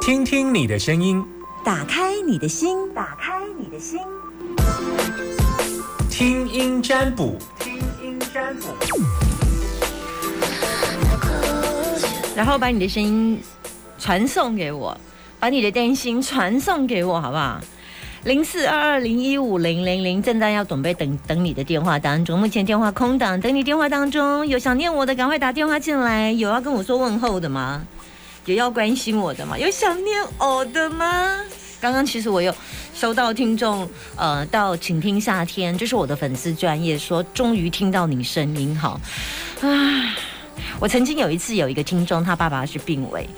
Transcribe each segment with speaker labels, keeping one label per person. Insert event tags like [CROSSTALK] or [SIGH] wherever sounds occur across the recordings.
Speaker 1: 听听你的声音，
Speaker 2: 打开你的心，打开你的心，
Speaker 1: 听音占卜，听音占卜。
Speaker 3: 然后把你的声音传送给我，把你的担心传送给我，好不好？零四二二零一五零零零，正在要准备等等你的电话当中，目前电话空档，等你电话当中有想念我的，赶快打电话进来。有要跟我说问候的吗？有要关心我的吗？有想念我的吗？刚刚其实我有收到听众，呃，到请听夏天，就是我的粉丝专业说，终于听到你声音，好，唉。我曾经有一次有一个听众，他爸爸是病危，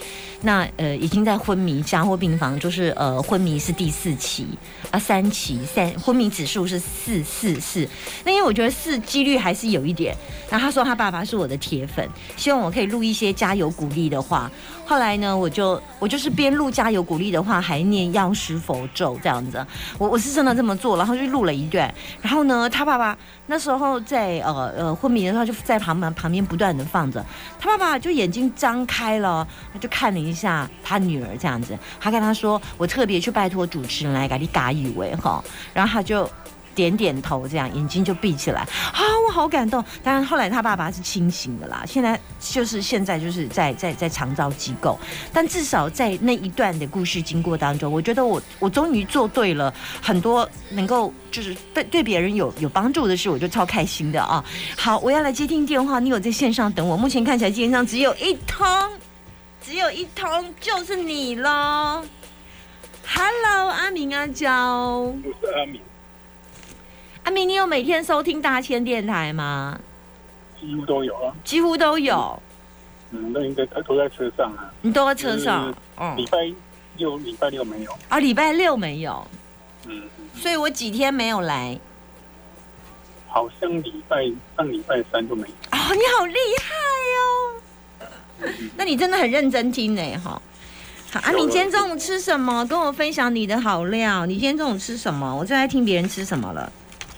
Speaker 3: 那呃已经在昏迷加护病房，就是呃昏迷是第四期啊三期三昏迷指数是四四四，那因为我觉得四几率还是有一点。然后他说他爸爸是我的铁粉，希望我可以录一些加油鼓励的话。后来呢，我就我就是边录加油鼓励的话，还念药师佛咒这样子。我我是真的这么做，然后就录了一段。然后呢，他爸爸那时候在呃呃昏迷的时候，就在旁边旁边不断的放着。他爸爸就眼睛张开了，他就看了一下他女儿这样子。他跟他说：“我特别去拜托主持人来给你嘎以为哈。”然后他就。点点头，这样眼睛就闭起来啊！我好感动。当然，后来他爸爸是清醒的啦，现在就是现在就是在在在长照机构，但至少在那一段的故事经过当中，我觉得我我终于做对了很多能够就是对对别人有有帮助的事，我就超开心的啊！好，我要来接听电话，你有在线上等我？目前看起来线上只有一通，只有一通，就是你喽。Hello，阿明阿娇。
Speaker 4: 我是阿敏，
Speaker 3: 阿明，你有每天收听大千电台吗？
Speaker 4: 几乎都有啊。
Speaker 3: 几乎都有，
Speaker 4: 嗯，那应该他都在车上啊。
Speaker 3: 你都在车上。
Speaker 4: 礼
Speaker 3: 嗯，
Speaker 4: 拜六、礼拜六没有。
Speaker 3: 啊，礼拜六没有，
Speaker 4: 嗯，嗯
Speaker 3: 所以我几天没有来。
Speaker 4: 好像礼拜上礼拜三就没有。
Speaker 3: 哦，你好厉害哦！那你真的很认真听呢，哈。好，阿明，今天中午吃什么？跟我分享你的好料。你今天中午吃什么？我正在听别人吃什么了。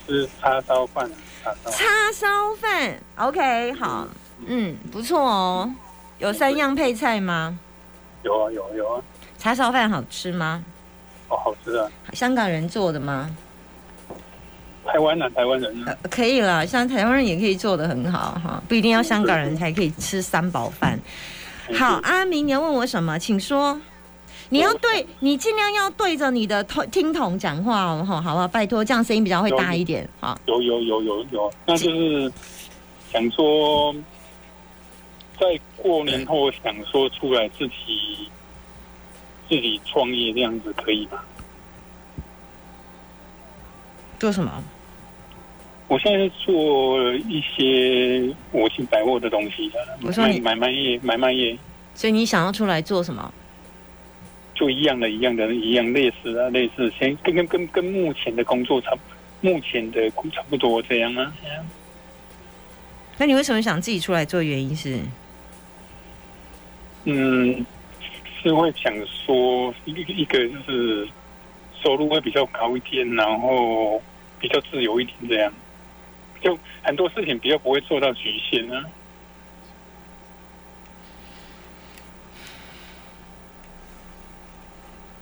Speaker 4: 是叉烧饭，叉烧。
Speaker 3: 叉烧饭，OK，好，嗯，不错哦。有三样配菜吗？
Speaker 4: 有啊，有啊，有啊，
Speaker 3: 叉烧饭好吃吗？
Speaker 4: 哦，好吃啊！
Speaker 3: 香港人做的吗？
Speaker 4: 台湾啊，台湾人啊，
Speaker 3: 呃可以啦，像台湾人也可以做的很好哈，不一定要香港人才可以吃三宝饭。好，阿明，你要问我什么？请说。你要对，你尽量要对着你的头听筒讲话哦，吼好不好？拜托，这样声音比较会大一点。好，
Speaker 4: 有有有有有，那就是想说，在过年后想说出来自己自己创业这样子可以吗？
Speaker 3: 做什么？
Speaker 4: 我现在做一些我新百货的东西啊，
Speaker 3: 我说你
Speaker 4: 买买卖业，买卖业
Speaker 3: 所以你想要出来做什么？
Speaker 4: 就一样的，一样的，一样类似啊，类似，先跟跟跟跟目前的工作差不，目前的工差不多这样啊。
Speaker 3: 那你为什么想自己出来做？原因是
Speaker 4: 嗯，是会想说一个一个就是收入会比较高一点，然后比较自由一点这样，就很多事情比较不会受到局限啊。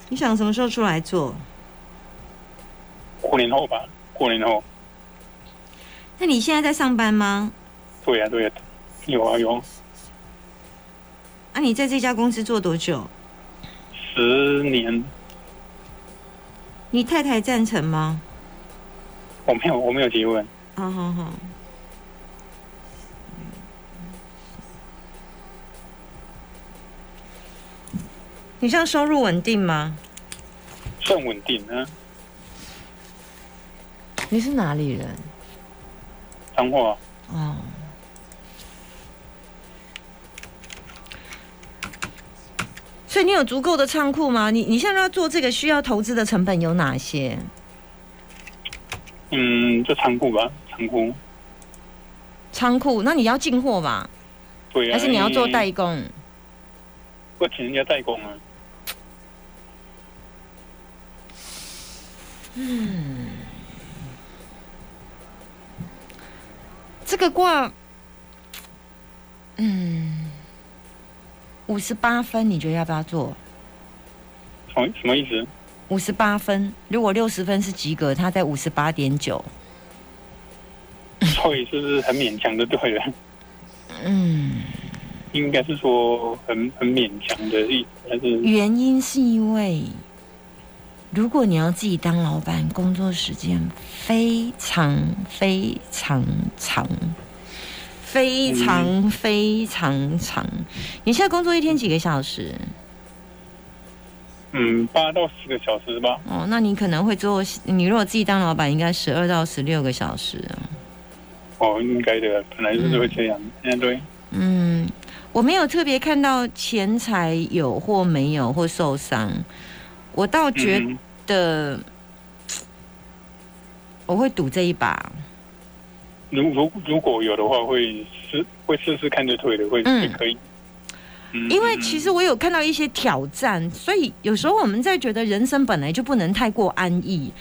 Speaker 3: 你想什么时候出来做？
Speaker 4: 过年后吧，过年后，
Speaker 3: 那你现在在上班吗？
Speaker 4: 对呀、对呀、有啊有啊，
Speaker 3: 啊，你在这家公司做多久？
Speaker 4: 十年。
Speaker 3: 你太太赞成吗？
Speaker 4: 我哦没有，我没有结婚。
Speaker 3: 啊，好好。嗯嗯你这样收入稳定吗？
Speaker 4: 算稳定啊，
Speaker 3: 你是哪里人？
Speaker 4: 脏话
Speaker 3: 哦。所以你有足够的仓库吗？你你现在要做这个需要投资的成本有哪些？
Speaker 4: 嗯，就仓库吧，仓库。
Speaker 3: 仓库？那你要进货吧？
Speaker 4: 对啊，
Speaker 3: 还是你要做
Speaker 4: 因为
Speaker 3: 代工？
Speaker 4: 我请人家代工啊？
Speaker 3: 这个卦，嗯，五十八分，你觉得要不要做？
Speaker 4: 么什么意
Speaker 3: [LAUGHS]
Speaker 4: 思？
Speaker 3: 五十八分，如果六十分是及格，他在五十八点九。
Speaker 4: 所以就是很勉强的，对了，
Speaker 3: 嗯，
Speaker 4: 应该是说很很勉强的意思，还是
Speaker 3: 原因是因为，如果你要自己当老板，工作时间非常非常长，非常非常长。你现在工作一天几个小时？
Speaker 4: 嗯八到十个小时吧？
Speaker 3: 哦，那你可能会做，你如果自己当老板，应该十二到十六个小时。
Speaker 4: 哦，应该的，本来就是会这样。嗯，对，
Speaker 3: 嗯，我没有特别看到钱财有或没有或受伤，我倒觉
Speaker 4: 嗯
Speaker 3: 得、我会赌这一把。
Speaker 4: 如如如果有的话，会试会试试看就对了，会
Speaker 3: 嗯
Speaker 4: 会可以。嗯
Speaker 3: 因为其实我有看到一些挑战，所以有时候我们在觉得人生本来就不能太过安逸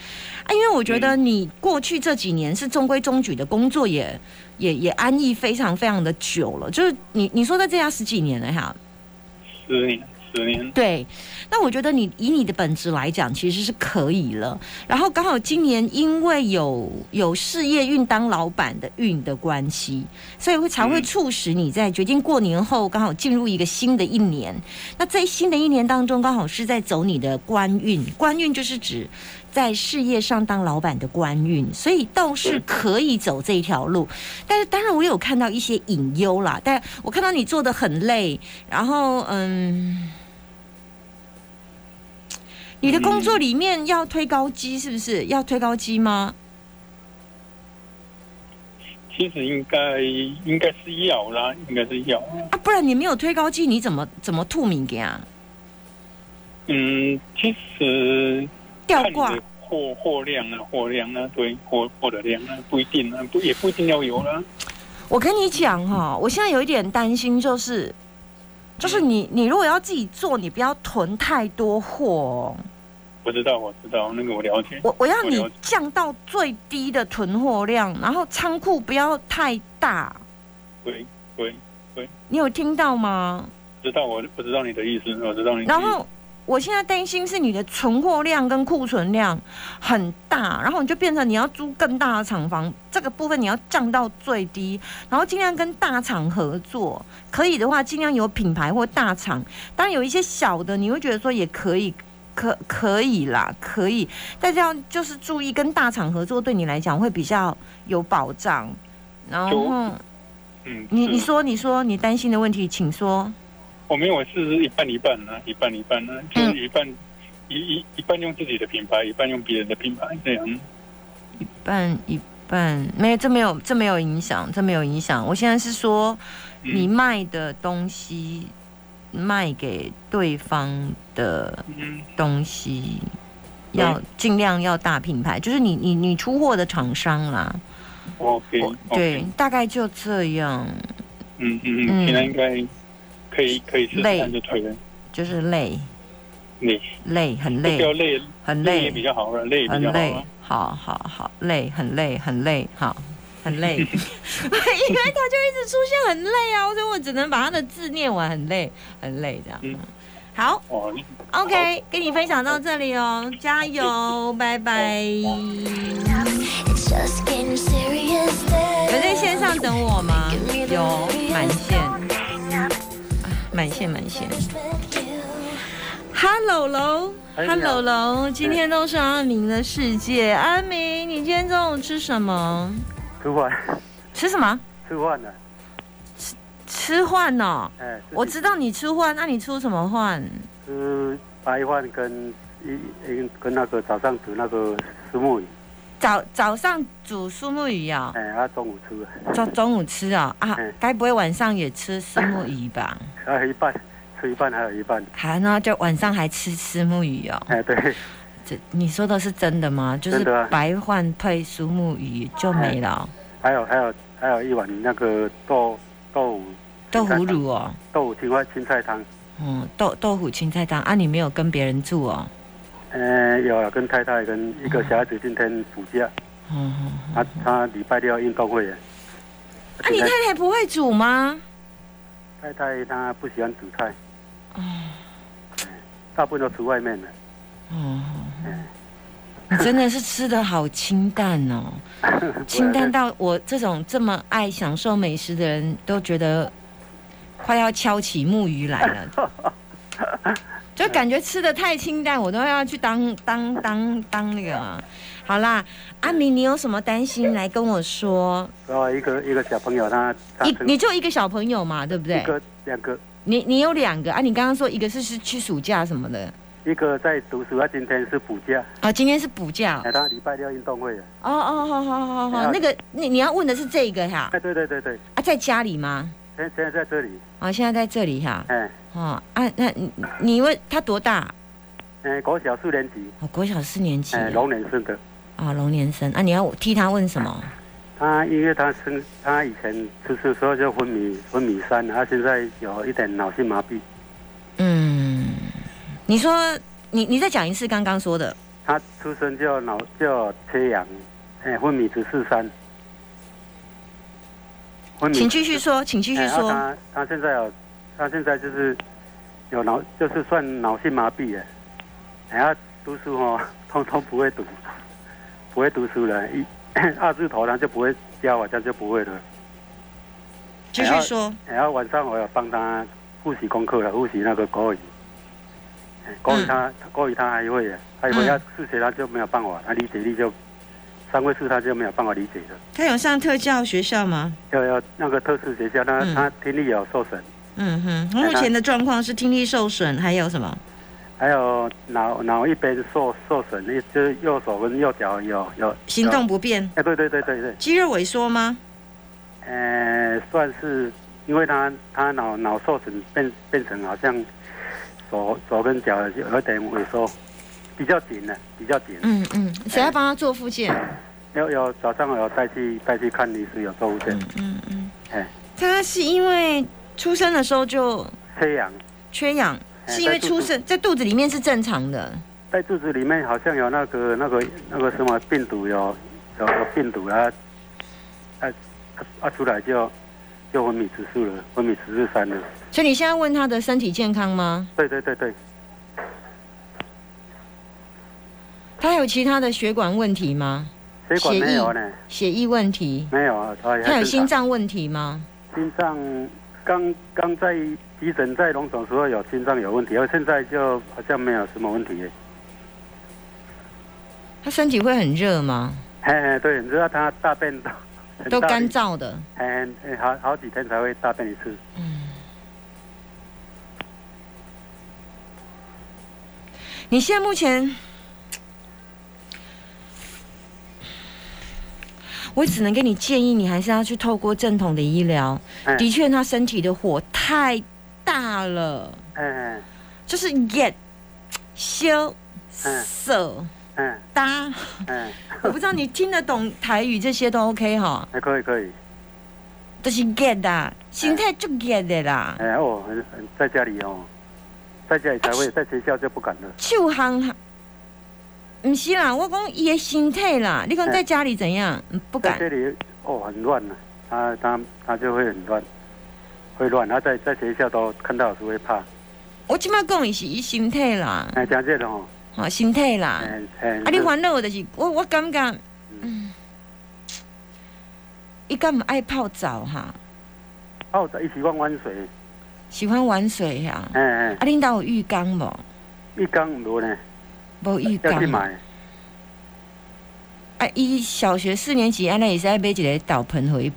Speaker 3: 啊。因为我觉得
Speaker 4: 嗯
Speaker 3: 你过去这几年是中规中矩的工作也，也也安逸非常非常的久了。就是你你说在这家十几年了哈，
Speaker 4: 嗯十年十年，
Speaker 3: 对，那我觉得你以你的本质来讲，其实是可以了。然后刚好今年因为有有事业运当老板的运的关系，所以会才会
Speaker 4: 嗯
Speaker 3: 促使你在决定过年后刚好进入一个新的一年。那在新的一年当中，刚好是在走你的官运，官运就是指。在事业上当老板的官运，所以倒是可以走这一条路。但是当然，我有看到一些隐忧啦。但我看到你做的很累，然后嗯，你的工作里面要推高机是不是？要推高机吗？
Speaker 4: 其实应该应该是要啦，应该是要。
Speaker 3: 啊，不然你没有推高机，你怎么怎么吐米给啊？
Speaker 4: 嗯，其实
Speaker 3: 吊
Speaker 4: 看你
Speaker 3: 挂
Speaker 4: 的货货量啊，货量啊，对，货货的量啊，不一定啊，不也不一定要有啦。
Speaker 3: 我跟你讲哈、我现在有一点担心，就是就是
Speaker 4: 嗯
Speaker 3: 你你如果要自己做，你不要囤太多货、哦。
Speaker 4: 我知道，我知道，那个我了解。
Speaker 3: 我我要
Speaker 4: 我
Speaker 3: 你
Speaker 4: 了解
Speaker 3: 降到最低的囤货量，然后仓库不要太大。
Speaker 4: 对对，
Speaker 3: 你有听到吗？
Speaker 4: 知道我我知道你的意思，我知道你的意思。
Speaker 3: 然后我现在担心是你的存货量跟库存量很大，然后你就变成你要租更大的厂房，这个部分你要降到最低，然后尽量跟大厂合作，可以的话尽量有品牌或大厂。当然有一些小的，你会觉得说也可以。可可以啦，可以，但这样就是注意跟大厂合作，对你来讲会比较有保障。然后
Speaker 4: 就嗯，
Speaker 3: 你
Speaker 4: 是
Speaker 3: 你说你说你担心的问题，请说。
Speaker 4: 我没有，我是一半一半啊，一半一半啊，
Speaker 3: 嗯
Speaker 4: 就是一半、一一一半用自己的品牌，一半用别人的品牌，这样。
Speaker 3: 一半一半，没有，这没有，这没有影响，这没有影响。我现在是说，
Speaker 4: 嗯
Speaker 3: 你卖的东西卖给对方的
Speaker 4: 嗯，
Speaker 3: 东西，
Speaker 4: 对
Speaker 3: 要尽量要大品牌，就是你你你出货的厂商啦。
Speaker 4: o k
Speaker 3: 我对，大概就这样，
Speaker 4: 嗯嗯
Speaker 3: 嗯
Speaker 4: 嗯，现在应该可以可以试试看就对了。
Speaker 3: 就是累
Speaker 4: 累，
Speaker 3: 累，很
Speaker 4: 不
Speaker 3: 累，
Speaker 4: 要累，
Speaker 3: 很
Speaker 4: 累也比
Speaker 3: 累，
Speaker 4: 较好了，累也比
Speaker 3: 很
Speaker 4: 较好啊
Speaker 3: 累
Speaker 4: 了。，
Speaker 3: 好好好，累，很累，很累，好。很
Speaker 4: [LAUGHS]
Speaker 3: 累，因为他就一直出现很累啊，所以我只能把他的字念完，很累，很累这样。
Speaker 4: 嗯
Speaker 3: 好
Speaker 4: 哦，
Speaker 3: ，OK，跟你分享到这里哦，加油，拜拜。
Speaker 5: It's just getting serious.
Speaker 3: 有在线上等我吗
Speaker 5: Give me？the
Speaker 3: 有，满线，满线，满线。
Speaker 5: reason.
Speaker 3: Hello 喽
Speaker 4: 哎你好
Speaker 3: ，Hello 喽，今天都是阿明的世界。阿明，你今天中午吃什么？
Speaker 6: 吃饭，
Speaker 3: 吃什么？
Speaker 6: 吃饭啊呢？
Speaker 3: 吃饭哦。
Speaker 6: 哎，自己
Speaker 3: 我知道你吃饭，那你出什么饭？
Speaker 6: 吃白饭跟一一跟那个早上煮那个石木鱼，
Speaker 3: 早早上煮苏木鱼啊、
Speaker 6: 哎，啊中午吃，
Speaker 3: 中中午吃啊、啊
Speaker 6: 嗯，
Speaker 3: 该不会晚上也吃石木鱼吧？ [LAUGHS]
Speaker 6: 还有啊一半，吃一半还有一半，
Speaker 3: 还呢，就晚上还吃石木鱼哦。
Speaker 6: 哎对，
Speaker 3: 这你说的是真的吗？就是
Speaker 6: 真的啊嗯
Speaker 3: 白饭配石木鱼就没了哦、
Speaker 6: 还有还有还有一碗那个豆豆腐
Speaker 3: 豆腐乳哦，
Speaker 6: 豆腐青菜青菜汤，
Speaker 3: 嗯，豆豆腐青菜汤啊，你没有跟别人住哦。
Speaker 6: 呃，有了跟太太跟一个小孩子今天暑假，
Speaker 3: 嗯嗯，嗯
Speaker 6: 他他礼拜六运动会耶，
Speaker 3: 啊，你
Speaker 6: 太
Speaker 3: 太太不会煮吗？嗯
Speaker 6: 太太她不喜欢煮菜，哎大部分都吃外面的，
Speaker 3: 哦，你真的是吃的好清淡哦，
Speaker 6: 啊
Speaker 3: 清淡到我这种这么爱享受美食的人都觉得快要敲起木鱼来了，
Speaker 6: [LAUGHS]
Speaker 3: 就感觉吃的太清淡，我都要去当当当当那个啊。好啦，阿明，你有什么担心来跟我说？
Speaker 6: 然后一个一个小朋友他他
Speaker 3: 一
Speaker 6: 生
Speaker 3: 你就一个小朋友嘛，对不对
Speaker 6: 啊一？个两个，
Speaker 3: 你你有两个啊？你刚刚说一个是是去暑假什么的
Speaker 6: 一个在读书，他今天是补假，
Speaker 3: 啊？今天是补假哦
Speaker 6: 哎，他礼拜六运动会啊，
Speaker 3: 哦哦，好好好
Speaker 6: 没
Speaker 3: 好，
Speaker 6: 有
Speaker 3: 那个你你要问的是这个哈
Speaker 6: 哎，对对对对，
Speaker 3: 啊，在家里吗？
Speaker 6: 现现在在这里，
Speaker 3: 啊，现在在这里哈。
Speaker 6: 哎
Speaker 3: 哦啊，那你你问他多大？
Speaker 6: 哎，国小四年级，
Speaker 3: 哦，国小四年级
Speaker 6: 哎，
Speaker 3: 啊，
Speaker 6: 龙年生的，
Speaker 3: 啊龙年生啊，你要替他问什么？
Speaker 6: 他因为他生他以前出生的时候就昏迷昏迷三，他现在有一点脑性麻痹，
Speaker 3: 嗯，你说你你再讲一次刚刚说的
Speaker 6: 他出生就脑就缺氧，哎，昏迷十四三，昏迷
Speaker 3: 请继续说，请继续
Speaker 6: 嗯哎
Speaker 3: 说。
Speaker 6: 啊他他现在有，他现在就是有脑，就是算脑性麻痹了。然后读书哦， [LAUGHS] 通通不会读，不会读书了。一 [COUGHS] 二字头他就不会教我，这样就不会了。
Speaker 3: 继
Speaker 6: 哎
Speaker 3: 续说，
Speaker 6: 然后晚上我要帮他复习功课了，复习那个国语。哎国语他、国语他还会的，他
Speaker 3: 嗯
Speaker 6: 会要数学他就没有办法，他理解力就三位数他就没有办法理解了。
Speaker 3: 他有上特教学校吗？
Speaker 6: 要要那个特殊学校，他、
Speaker 3: 嗯
Speaker 6: 他听力也有受损。
Speaker 3: 嗯哼，
Speaker 6: 哎
Speaker 3: 目前的状况是听力受损，还有什么？
Speaker 6: 还有脑脑一边受受损，一就是右手跟右脚有有
Speaker 3: 行动
Speaker 6: 有
Speaker 3: 不便，
Speaker 6: 哎，对对对对对，
Speaker 3: 肌肉萎缩吗？
Speaker 6: 呃，算是因为他他脑脑受损变变成好像手手跟脚有有点萎缩，比较紧了，比较紧。
Speaker 3: 嗯嗯，谁要帮他做复健？
Speaker 6: 哎有有早上有带去带去看医师，有做物证，
Speaker 3: 嗯嗯
Speaker 6: 哎，
Speaker 3: 他是因为出生的时候就
Speaker 6: 缺氧
Speaker 3: 缺氧，
Speaker 6: 哎
Speaker 3: 是因为
Speaker 6: 在肚
Speaker 3: 出
Speaker 6: 子
Speaker 3: 生在肚子里面是正常的。
Speaker 6: 在肚子里面好像有那个那个那个什么病毒有有有病毒啊，啊啊啊出来就就昏迷指数了，昏迷指数三了。
Speaker 3: 所以你现在问他的身体健康吗？
Speaker 6: 对对对对，
Speaker 3: 他有其他的血管问题吗？
Speaker 6: 血管没有呢，
Speaker 3: 血液问题？
Speaker 6: 没有啊，他也
Speaker 3: 他有
Speaker 6: 正
Speaker 3: 心
Speaker 6: 常
Speaker 3: 脏问题吗？
Speaker 6: 心脏刚刚在急诊在龙总说有心脏有问题，而现在就好像没有什么问题。
Speaker 3: 他身体会很热吗？
Speaker 6: 嘿嘿，对，你知道他大便都
Speaker 3: 都干，
Speaker 6: 很大
Speaker 3: 燥的。
Speaker 6: 哎哎好好几天才会大便一次。
Speaker 3: 你现在目前，我只能给你建议，你还是要去透过正统的医疗。
Speaker 6: 哎
Speaker 3: 的确，他身体的火太大了，
Speaker 6: 哎
Speaker 3: 就是眼、修、手、
Speaker 6: 哎
Speaker 3: 搭。
Speaker 6: 哎，
Speaker 3: 我不知道你听得懂台语这些都 OK 哈，
Speaker 6: 哎可以可以，
Speaker 3: 都、是 get 的，心态就 get 的啦。
Speaker 6: 哎哦，很很在家里哦，在家里才会，在学校就不敢了。
Speaker 3: 手行，不是啦，我讲伊的心态啦。你
Speaker 6: 哎
Speaker 3: 讲在家里怎样？嗯不
Speaker 6: 在
Speaker 3: 敢
Speaker 6: 这。里哦很乱呢、啊，他他他就会很乱，会乱。他在在学校都看到老师会怕，
Speaker 3: 我即摆讲伊是伊心态啦，
Speaker 6: 哎，讲这种哦，
Speaker 3: 吼、心态啦。
Speaker 6: 哎哎，
Speaker 3: 啊，你烦恼就是我，我感觉，嗯，伊敢毋爱泡澡哈、
Speaker 6: 泡澡一起玩玩水，
Speaker 3: 喜欢玩水哈、
Speaker 6: 哎哎
Speaker 3: 啊，，恁兜有浴缸无？
Speaker 6: 一缸唔多呢，
Speaker 3: 无浴
Speaker 6: 要
Speaker 3: 缸
Speaker 6: 去。买，
Speaker 3: 啊，伊小学四年级，安尼会使买一个澡盆回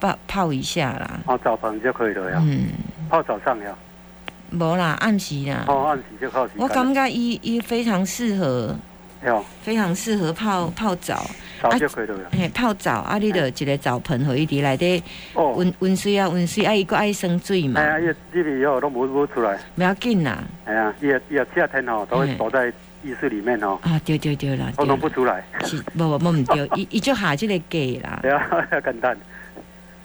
Speaker 3: 泡泡一下啦。
Speaker 6: 泡哦澡盆就可以了呀，
Speaker 3: 嗯，
Speaker 6: 泡澡上呀，
Speaker 3: 无啦，暗时啦。
Speaker 6: 泡按时就靠时
Speaker 3: 啊
Speaker 6: 间。
Speaker 3: 我感啊觉伊伊非常适合，
Speaker 6: 哟，
Speaker 3: 非常适合泡泡澡，
Speaker 6: 哦澡就可以了呀。
Speaker 3: 嘿，泡澡啊，你着一个澡盆互伊伫内底
Speaker 6: 哦，
Speaker 3: 温温水啊，温水啊，伊佫爱生水嘛
Speaker 6: 哎，呀，伊这里以后都摸摸出来，
Speaker 3: 不要紧啦，
Speaker 6: 哎呀，也也夏天哦，都会躲在浴室里面哦，
Speaker 3: 啊，对对对啦，
Speaker 6: 都
Speaker 3: 对
Speaker 6: 弄
Speaker 3: 啦
Speaker 6: 不出来，
Speaker 3: 是，无无无毋对，伊伊就下即个价啦，
Speaker 6: 对啊， [LAUGHS] 简单。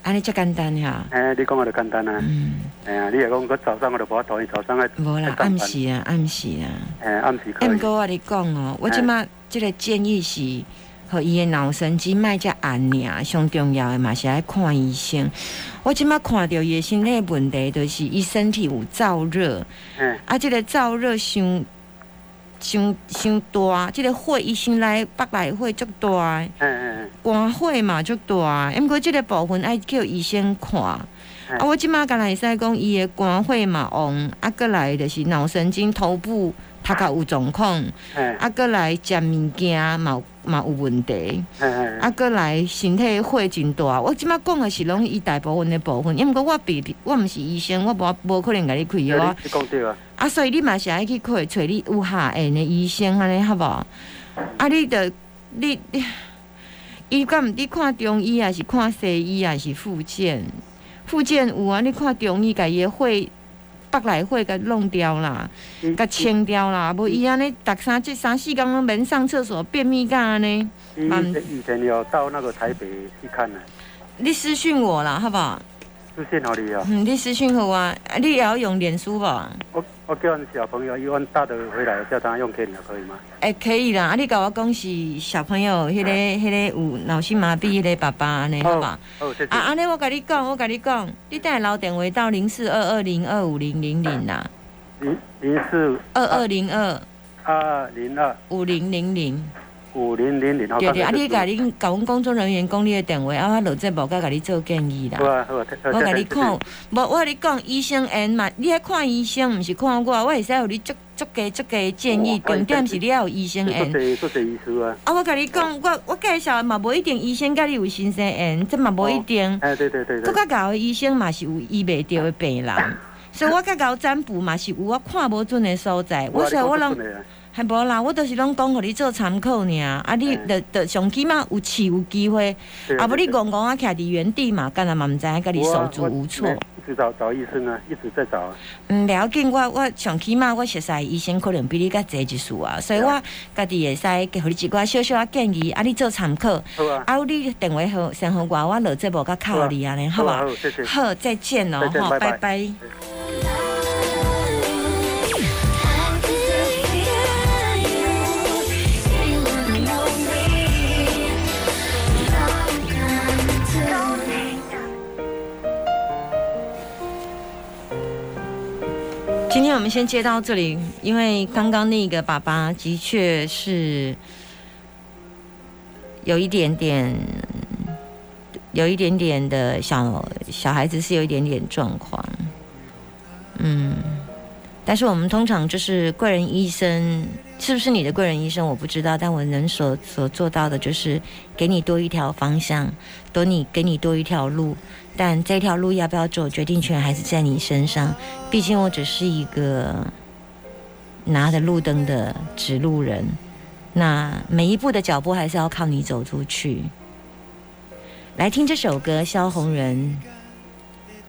Speaker 3: 安尼遮简单吓，
Speaker 6: 哎，你讲我就简单啊。
Speaker 3: 嗯，
Speaker 6: 哎呀，你若讲我早上我就无法同意，早上爱
Speaker 3: 无啦，暗，时啊，暗时啊，
Speaker 6: 哎，暗时可
Speaker 3: 啊，毋
Speaker 6: 以。哎
Speaker 3: 过我咧讲哦，我即马即个建议是。互伊的脑神经卖遮安尔，上重要的嘛是爱看医生。我即马看到伊的身体问题，就是伊身体有燥热，
Speaker 6: 哎
Speaker 3: 啊，即、个燥热伤伤伤大，即、个火伊先来北来火足大的，
Speaker 6: 嗯嗯
Speaker 3: 肝火嘛足大的，毋过即个部分爱叫医生看。
Speaker 6: 哎
Speaker 3: 啊，我即马敢若会使讲伊的肝火嘛旺，啊，过来就是脑神经、头部、头壳有状况，
Speaker 6: 嗯
Speaker 3: 啊，过来食物件嘛有嘛有问题。
Speaker 6: 嗯
Speaker 3: 啊，
Speaker 6: 嗯，
Speaker 3: 过来身体火真大。我即摆讲的是拢伊大部分的部分，因为我比我毋是医生，我无无可能甲你开药
Speaker 6: 有
Speaker 3: 啊
Speaker 6: 你讲对啊，
Speaker 3: 啊，所以你嘛是爱去开找你有下缘的医生安尼好无？啊，你着你你伊敢毋你看中医还是看西医还啊是复健？复健有啊，你看中医甲伊的火北来火甲弄掉啦，
Speaker 6: 伊
Speaker 3: 甲清掉啦，无伊安尼逐三即三四工拢免上厕所，便秘甲安尼。
Speaker 6: 伊以前以前有到那个台北去看呢，
Speaker 3: 你私讯我啦，好不好？
Speaker 6: 出现好你哦，
Speaker 3: 嗯，你私讯给我，啊，你也要用脸书吧？
Speaker 6: 我我叫阮小朋友，伊阮大的回来，叫他用 K 你可以吗？
Speaker 3: 哎、可以啦，啊，你甲我讲是小朋友迄、个迄、个有脑性麻痹迄个爸爸安尼，好吧？
Speaker 6: 嗯哦，谢谢
Speaker 3: 啊，，安尼我甲你讲，我甲你讲，你等下留电话到零四二二零二五零零零啦，
Speaker 6: 零零四
Speaker 3: 二二零二
Speaker 6: 二零二
Speaker 3: 五零零零，
Speaker 6: 五零零零，
Speaker 3: 对对，啊，你甲恁甲阮工作人员讲你的电话，啊，我落节目甲甲你做建议啦。
Speaker 6: 好啊好啊，
Speaker 3: 我甲你看，无我甲你讲，医生缘嘛，你爱看医生，毋是看我，我会使互你足足加足加的建议，
Speaker 6: 哦我
Speaker 3: 重
Speaker 6: 也
Speaker 3: 点是你要有医生
Speaker 6: 做
Speaker 3: 缘。
Speaker 6: 这做这医师啊，
Speaker 3: 啊，我甲你讲，我我介绍的嘛，无一定医生甲你有先生缘，这嘛无一定。
Speaker 6: 哎对对对
Speaker 3: 搁
Speaker 6: 对，
Speaker 3: 较高的医生嘛是有医袂着的病 [LAUGHS] 人，所以我较高占卜嘛是有我看无准的所在，我所以我拢
Speaker 6: 啊
Speaker 3: 还无啦，我都是拢讲互你做参考尔。啊，你
Speaker 6: 嗯
Speaker 3: 着着上起码有试有机会，啊，无你戆戆啊徛伫原地嘛，干若嘛毋知影甲你手足无措。
Speaker 6: 一直找找医生啊，一直在找，
Speaker 3: 嗯，了紧，我我上起码我熟悉的医生可能比你较侪一丝啊，所以我家己会使给互你一寡小小啊建议，啊你做参考，
Speaker 6: 好啊，
Speaker 3: 啊有你电话号先互我，我落节目甲靠你安尼，好
Speaker 6: 好啊
Speaker 3: 吧？
Speaker 6: 好，谢谢。
Speaker 3: 好，再见咯
Speaker 6: 再，见
Speaker 3: 吼，
Speaker 6: 拜拜
Speaker 3: 拜拜
Speaker 5: I could hear you if you wanna know me. Welcome to
Speaker 3: 今天我们先接到这里，因为刚刚那个爸爸的确是有一点点，有一点点的小小孩子是有一点点状况，嗯，但是我们通常就是贵人医生，是不是你的贵人医生我不知道，但我能所所做到的就是给你多一条方向，多你给你多一条路，但这条路要不要走，决定权还是在你身上。毕竟我只是一个拿着路灯的指路人，那每一步的脚步还是要靠你走出去。来听这首歌，萧红人《